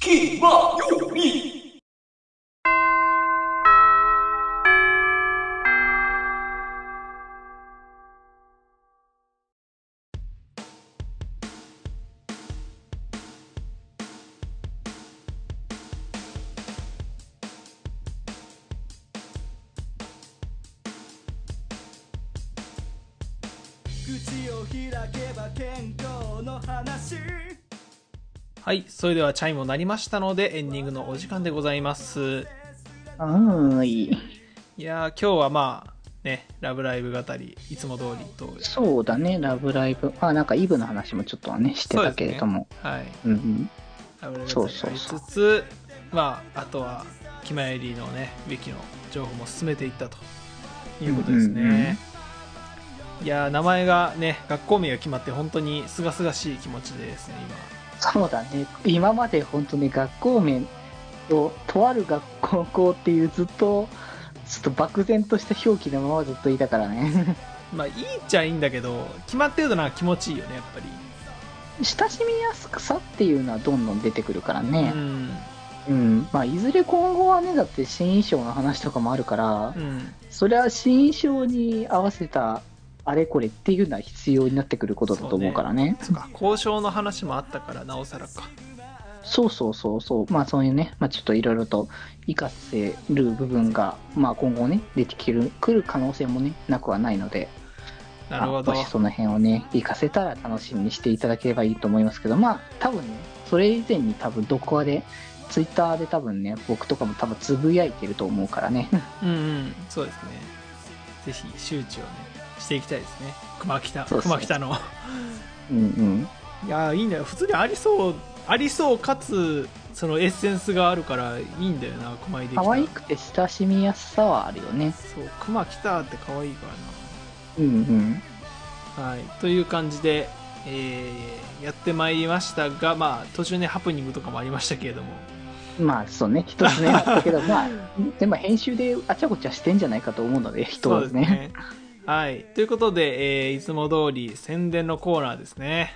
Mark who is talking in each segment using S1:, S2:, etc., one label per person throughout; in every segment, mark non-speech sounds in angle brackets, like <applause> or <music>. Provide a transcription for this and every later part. S1: まより
S2: 口を開けば健康の話
S3: はい、それではチャイムも鳴りましたので、エンディングのお時間でございます。
S4: はーい。
S3: いやー、今日はまあ、ね、ラブライブ語り、いつも通りと、
S4: そうだね、ラブライブ。まあなんかイブの話もちょっとはね、してたけれども。
S3: はい、
S4: う,、ん
S3: ラブライブ
S4: そ
S3: 語
S4: う
S3: り
S4: そう
S3: あり
S4: そう
S3: つつ、まあ、あとは、キマエリのね、ウィキの情報も進めていったということですね。
S4: うんうんうん
S3: いやー名前がね、学校名が決まって、本当に清々しい気持ちでですね、
S4: そうだね。今まで本当に学校名を、とある学校っていうずっと、ちょっと漠然とした表記のままずっといたから <laughs> ね。
S3: 今。まあ、いいっちゃいいんだけど、決まってるとなんか気持ちいいよね、やっぱり。
S4: 親しみやすさっていうのはどんどん出てくるからね
S3: う。ん。
S4: うん。まあいずれ今後はね、だって新衣装の話とかもあるから、
S3: うん。
S4: それは新衣装に合わせたあれこれっていうのは必要になってくることだと思うからね。
S3: そっか、交渉の話もあったから、なおさらか。
S4: そうそうそうそう。まあそういうね、まあちょっといろいろと活かせる部分が、まあ今後ね、出てきる、来る可能性もね、なくはないので、
S3: なるほど。
S4: まあもしその辺をね、活かせたら楽しみにしていただければいいと思いますけど、まあ多分ね、それ以前に多分どこかで、ツイッターで多分ね、僕とかも多分つぶやいてると思うからね。 <laughs>
S3: うんうん、そうですね。ぜひ周知をね、していきたいですね。熊北、
S4: そうそう
S3: 熊北の。
S4: うんうん。
S3: いやー、いいんだよ。普通にありそう、ありそう、かつ、そのエッセンスがあるから、いいんだよな、熊井できた
S4: 可愛くて親しみやすさはあるよね。
S3: そう、熊北って可愛いから
S4: うんうん。
S3: な。はい、という感じで、えーやってまいりましたが、まあ、途中ね、ハプニングとかもありましたけれども。
S4: まあそうね、一
S3: <laughs>
S4: つね、あったけど、まあ、でも編集であちゃこちゃしてんじゃないかと思うので、一
S3: そう
S4: つ
S3: です
S4: ね。
S3: ね。 <laughs> はい。ということで、えーいつも通り宣伝のコーナーですね。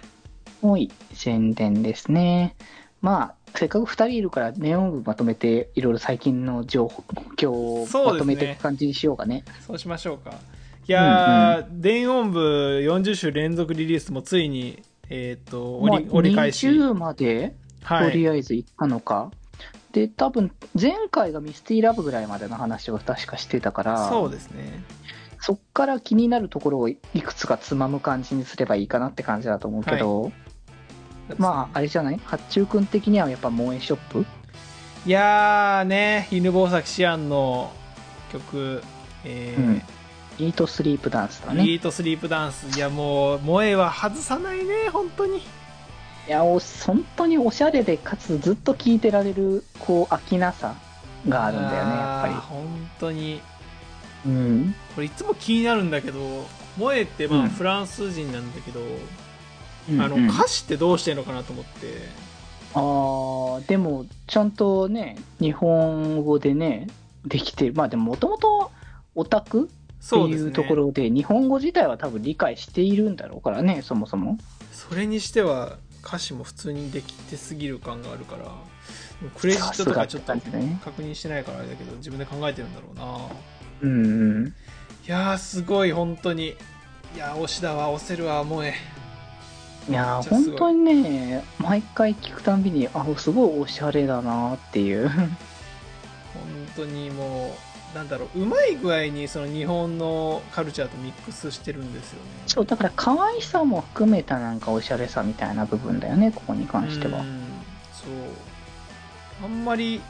S4: もうい宣伝ですね。まあ、せっかく二人いるから、ネオン部まとめて、いろいろ最近の情報、今日
S3: そう
S4: ま
S3: ですね
S4: とめていく感じにしようかね。
S3: そうしましょうか。いやー、電音部40週連続リリースもついに、えっ、と、
S4: まあ
S3: 折り折り返し。
S4: 20まで、
S3: は
S4: と
S3: い。
S4: りあえず行ったのか。で、多分、前回がミスティラブぐらいまでの話を確かしてたから、
S3: そうですね。
S4: そっから気になるところをいくつかつまむ感じにすればいいかなって感じだと思うけど、まあ、あれじゃない発注君的にはやっぱ萌えショップ
S3: いやーね、犬吠埼シアンの曲、えー
S4: うんイートスリープダンスだね。
S3: イートスリープダンス。いや、もう、萌えは外さないね、本当に。
S4: いや、お本当におしゃれで、かつずっと聴いてられる、こう、飽きなさがあるんだよね、やっ
S3: あー
S4: ぱ
S3: 本当に。
S4: り。うん。
S3: これいつも気になるんだけど、萌えってまあ、
S4: うん
S3: フランス人なんだけど、あの、
S4: うんうん
S3: 歌詞ってどうしてんのかなと思って。
S4: あーでも、ちゃんとね、日本語でね、できてる。まあでも、もともとオタクって
S3: そうで
S4: い
S3: すね。
S4: うところで、日本語自体は多分理解しているんだろうからね、そもそも。
S3: それにしては歌詞も普通にできてすぎる感があるからでもクレジットとかちょっと
S4: さすがって感じね
S3: 確認してないからあれだけど自分で考えてるんだろうない
S4: うんうん。
S3: やーすごい本当にいやー推しだわ押せるわ萌え
S4: いや
S3: めっ
S4: ー
S3: ちゃすごい
S4: 本当にね、毎回聞くたんびに、あ、すごいおしゃれだなっていう。
S3: 本当にもうなんだろううまい具合にその日本のカルチャーとミックスしてるんですよね
S4: そう、だから可愛さも含めたなんかおしゃれさみたいな部分だよね、ここに関して
S3: う
S4: は。
S3: んそうあんまり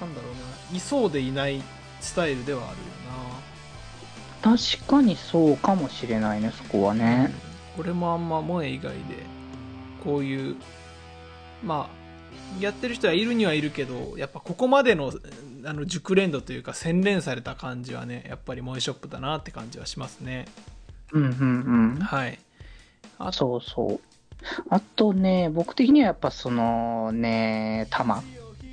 S3: なんだろうないそうでいないスタイルではあるよな
S4: 確かにそうかもしれないね、そこはね。
S3: 俺もあんま萌え以外でこういうまあやってる人はいるにはいるけどやっぱここまでのあの熟練度というか洗練された感じはねやっぱり萌えショップだなって感じはしますね
S4: うんうんうん。
S3: はいあと
S4: そうそう。あとね、僕的にはやっぱそのね、たま。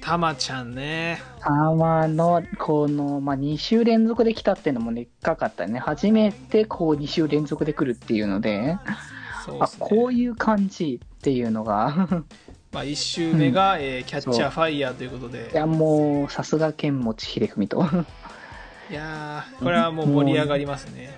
S3: たまちゃんね
S4: たまの、この、まあ、2週連続で来たっていうのもね、かかったよね。初めてこう2週連続で来るっていうので、
S3: そう
S4: あ
S3: ですね
S4: こういう感じっていうのが <laughs>
S3: まあ、1周目が、えーキャッチャーファイヤーということで
S4: いやもうさすが剣持秀文と
S3: いやーこれはもう盛り上がりますね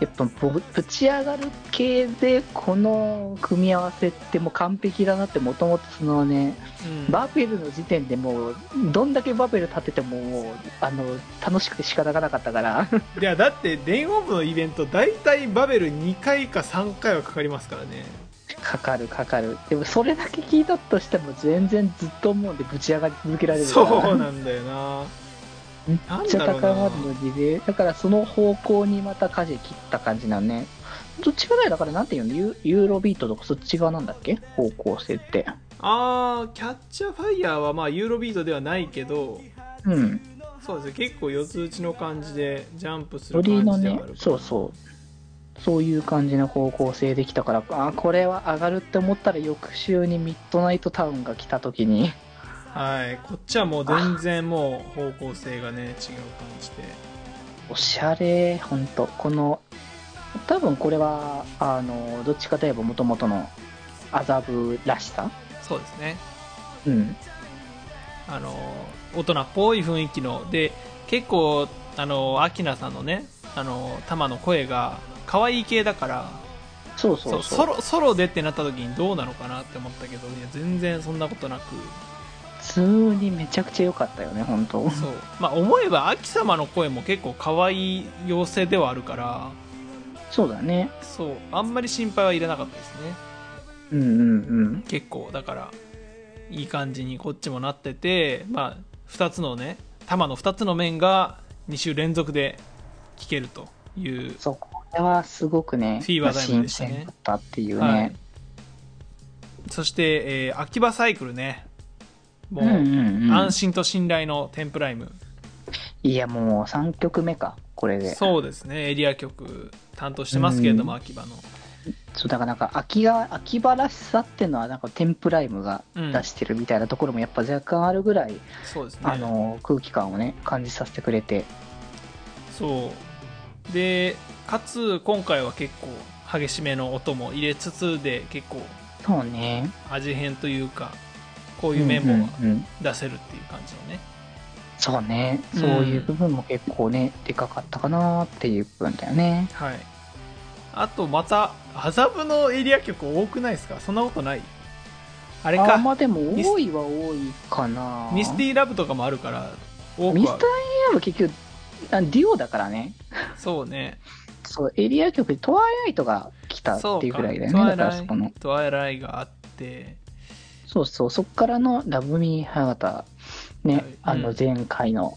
S4: やっぱぶぶち上がる系でこの組み合わせってもう完璧だなってもともとそのね
S3: うん
S4: バベルの時点でもうどんだけバベル立ててももうあの楽しくて仕方がなかったから
S3: <laughs> いやだって電音部のイベント大体バベル2回か3回はかかりますからね
S4: かかるかかるでもそれだけ聞いたとしても全然ずっと思うんでぶち上がり続けられるから
S3: そうなんだよな
S4: めっ
S3: なん
S4: ちゃ
S3: だろ
S4: 高
S3: う
S4: ま
S3: な
S4: るのにねだからその方向にまた舵切った感じなんねどっちかだよだからなんていうのユユーロビートとかそっち側なんだっけ方向性って
S3: あーキャッチャーファイヤーはまあユーロビートではないけど
S4: うん
S3: そうですね結構四つ打ちの感じでジャンプする
S4: 鳥
S3: 感
S4: の
S3: じではあ
S4: ね
S3: るから
S4: そうそうそういう感じの方向性できたからあこれは上がるって思ったら翌週にミッドナイトタウンが来た時に <laughs>
S3: はいこっちはもう全然もう方向性がね違う感じで
S4: おしゃれほんとこの多分これはあのどっちかといえばもともとの麻布らしさ
S3: そうですね
S4: うん
S3: あの大人っぽい雰囲気ので結構あのアキナさんのねあのタマの声が可愛い系だから
S4: そう
S3: そ
S4: そううそう
S3: ソロソロでってなった時にどうなのかなって思ったけどいや全然そんなことなく
S4: 普通にめちゃくちゃ良かったよね本当
S3: そう、まあ、思えば秋様の声も結構可愛い妖精ではあるから
S4: そうだね
S3: そうあんまり心配はいらなかったですね
S4: うんうん
S3: 結構だからいい感じにこっちもなってて、まあ、2つのね玉の2つの面が2週連続で聞けるという
S4: うんそうこれはすごくね
S3: フィーバーダイムでしたね
S4: まあ新鮮だったっていうね、
S3: はいそして、えー秋葉サイクルねもう、
S4: うんうんうん
S3: 安心と信頼のテンプライム
S4: いやもう3曲目かこれで
S3: そうですねエリア局担当してますけれども、
S4: うん
S3: 秋葉の
S4: そうだからなんか秋が秋葉らしさっていうのはなんかテンプライムが出してるみたいなところもやっぱ若干あるぐらい、
S3: そうですね
S4: あの空気感をね感じさせてくれて
S3: そうでかつ今回は結構激しめの音も入れつつで結構
S4: そうね
S3: 味変というかこう
S4: こ
S3: いう面も
S4: うんうん
S3: 出せるっていう感じのね、
S4: そうね
S3: うん
S4: そういう部分も結構ねでかかったかなっていう部分だよね
S3: はいあとまた麻布のエリア局多くないですかそんなことないあれ
S4: あ
S3: か
S4: まあでも多いは多いかな
S3: ミスティラブとかもあるから多く
S4: ミスタ
S3: は
S4: ーエアは結局あデュオだからね
S3: そうね
S4: そうエリア曲でトワイライトが来た
S3: そう
S4: っていうぐらいだよ
S3: ト
S4: ね
S3: ワ
S4: だ
S3: イ
S4: から
S3: ラ
S4: そ
S3: イ
S4: この
S3: トワイライがあって
S4: そうそうそっからの「ラブミーハガタね、
S3: はい
S4: あ
S3: う
S4: の
S3: ん
S4: 前回の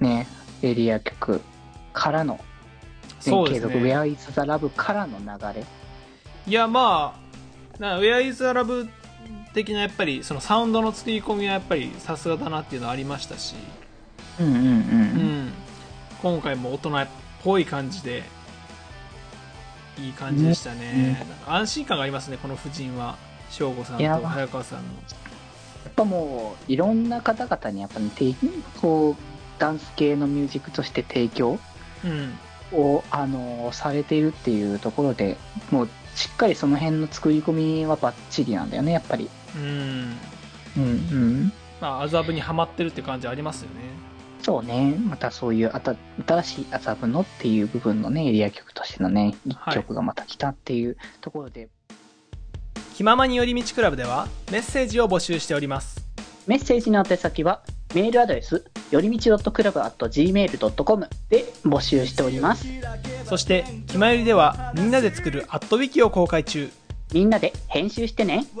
S4: ねエリア曲からの、ね
S3: そうで
S4: 継
S3: す
S4: 続「
S3: ね
S4: Where is the Love」からの流れ
S3: いやまあなウェアイズアラブ的なやっぱりそのサウンドの作り込みはやっぱりさすがだなっていうのはありましたし、
S4: うんうん
S3: う
S4: うん、
S3: ん、今回も大人っぽい感じでいい感じでしたね、
S4: う
S3: なんか安心感がありますねこの夫人は省吾さん
S4: いや
S3: と早川さんの
S4: やっぱもういろんな方々にやっぱね提こうダンス系のミュージックとして提供
S3: うん
S4: を、あのされているっていうところでもうしっかりその辺の作り込みはバッチリなんだよねやっぱり
S3: うん
S4: うんうん
S3: まあ麻布にはまってるって感じありますよね
S4: そうねまたそういうあた新しい麻布のっていう部分のねエリア曲としてのね一
S3: はい
S4: 曲がまた来たっていうところで、
S3: 気ままに寄り道クラブではメッセージを募集しております
S4: メッセージの宛先はメールアドレスよりみち .club.gmail.com で募集しております
S3: そして「きまより」ではみんなで作る「アットウィキを公開中
S4: みんなで編集してね
S2: 「